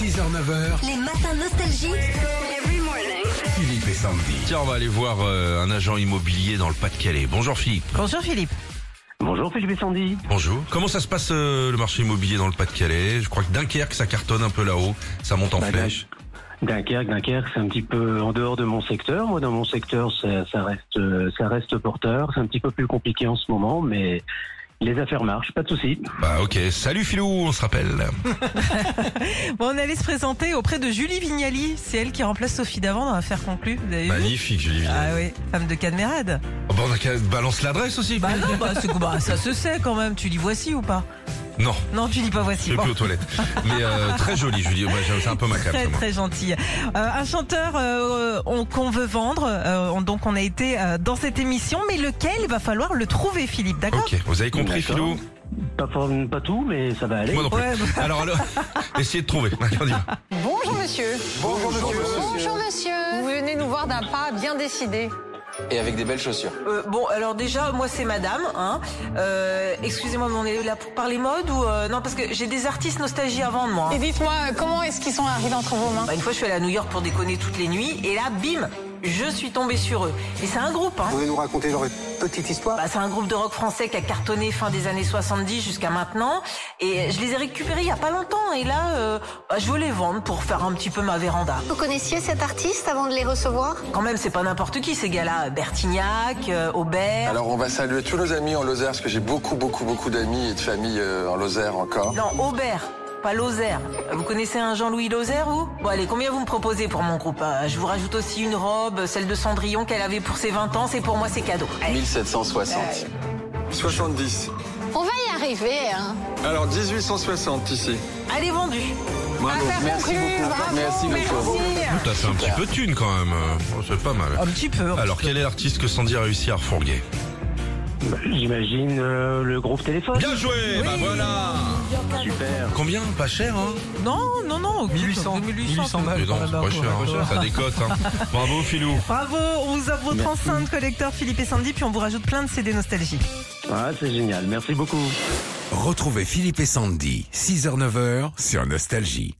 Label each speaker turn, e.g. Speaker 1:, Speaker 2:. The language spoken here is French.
Speaker 1: 6h-9h,
Speaker 2: Les matins nostalgiques. Every morning.
Speaker 1: Philippe et Sandy.
Speaker 3: Tiens, on va aller voir euh, un agent immobilier dans le Pas-de-Calais. Bonjour Philippe.
Speaker 4: Bonjour Philippe.
Speaker 5: Bonjour Philippe et Sandy.
Speaker 3: Bonjour. Comment ça se passe euh, le marché immobilier dans le Pas-de-Calais Je crois que Dunkerque, ça cartonne un peu là-haut. Ça monte en
Speaker 5: Bah,
Speaker 3: flèche.
Speaker 5: Dunkerque, Dunkerque, c'est un petit peu en dehors de mon secteur. Moi, dans mon secteur, ça, ça reste, euh, ça reste porteur. C'est un petit peu plus compliqué en ce moment, mais les affaires marchent, pas de souci.
Speaker 3: Bah ok. Salut Philou, on se rappelle.
Speaker 4: Bon, on allait se présenter auprès de Julie Vignali. C'est elle qui remplace Sophie Davant dans Affaire conclue. Vous avez vu
Speaker 3: Magnifique, Julie.
Speaker 4: Ah oui, femme de Cadmerade.
Speaker 3: Oh, bah, on a qu'à- balance l'adresse aussi.
Speaker 4: Bah non, bah, c'est- bah, ça se sait quand même. Tu dis voici ou pas
Speaker 3: Non,
Speaker 4: Non, tu dis pas
Speaker 3: je
Speaker 4: voici.
Speaker 3: vais
Speaker 4: Bon.
Speaker 3: plus aux toilettes. Mais euh, très jolie, Julie. Ouais, c'est un peu ma carte,
Speaker 4: Très
Speaker 3: moi.
Speaker 4: très gentil. Euh, un chanteur euh, on- qu'on veut vendre, euh, on- donc on a été euh, dans cette émission, mais lequel il va falloir le trouver, Philippe, d'accord
Speaker 3: Ok, vous avez compris
Speaker 5: D'accord.
Speaker 3: Philou
Speaker 5: Pas, for- pas tout, mais ça va aller.
Speaker 3: Moi non plus.
Speaker 4: Ouais, bah-
Speaker 3: Alors, alors, essayez de trouver. Allez, on y va.
Speaker 6: Bonjour monsieur. Bonjour monsieur. Vous venez nous voir d'un pas bien décidé.
Speaker 7: et avec des belles chaussures.
Speaker 4: Euh, bon, alors déjà, moi c'est madame. Hein. Euh, Excusez-moi, mais on est là pour parler mode ou... euh, non, parce que j'ai des artistes nostalgie à vendre, moi. hein.
Speaker 6: Et dites-moi, euh, comment est-ce qu'ils sont arrivés entre vos mains
Speaker 4: Bah, une fois, je suis allée à New York pour déconner toutes les nuits, et là, bim, je suis tombée sur eux. Et c'est un groupe, hein.
Speaker 8: Vous pouvez nous raconter leur petite histoire
Speaker 4: Bah, c'est un groupe de rock français qui a cartonné fin des années 70 jusqu'à maintenant. Et je les ai récupérés il y a pas longtemps. Et là, euh, bah, je veux les vendre pour faire un petit peu ma véranda.
Speaker 2: Vous connaissiez cet artiste avant de les recevoir
Speaker 4: Quand même, c'est pas n'importe qui, ces gars-là. Bertignac, euh, Aubert.
Speaker 7: Alors on va saluer tous nos amis en Lozère, parce que j'ai beaucoup, beaucoup, beaucoup d'amis et de familles euh, en Lozère encore.
Speaker 4: Non, Aubert. Pas Lozère. Vous connaissez un Jean-Louis Lozère, vous Bon, allez, combien vous me proposez pour mon groupe Euh, Je vous rajoute aussi une robe, celle de Cendrillon qu'elle avait pour ses 20 ans. C'est pour moi, c'est cadeau. Allez.
Speaker 7: 1760. 70.
Speaker 6: On va y arriver. Hein.
Speaker 7: Alors 1860 ici.
Speaker 4: Allez, vendu.
Speaker 7: Bravo.
Speaker 6: Affaire
Speaker 7: Merci
Speaker 6: conclue,
Speaker 7: beaucoup.
Speaker 6: bravo,
Speaker 7: Merci beaucoup.
Speaker 3: T'as fait un petit peu de thune quand même. euh, C'est pas mal.
Speaker 4: Un petit peu.
Speaker 3: Alors, quel est l'artiste que Sandy a réussi à refourguer
Speaker 5: Bah, J'imagine euh, le groupe téléphone.
Speaker 3: Bien joué Bah voilà
Speaker 5: Super.
Speaker 3: Combien Pas cher, hein
Speaker 4: Non, non, non. 1800, 1800
Speaker 3: Mais non, c'est pas cher, ça décote. Hein. Bravo, Philou.
Speaker 4: Bravo, on vous offre votre enceinte collecteur Philippe et Sandy, puis on vous rajoute plein de CD nostalgiques.
Speaker 5: Ah, c'est génial. Merci beaucoup.
Speaker 1: Retrouvez Philippe et Sandy, 6h-9h, sur Nostalgie.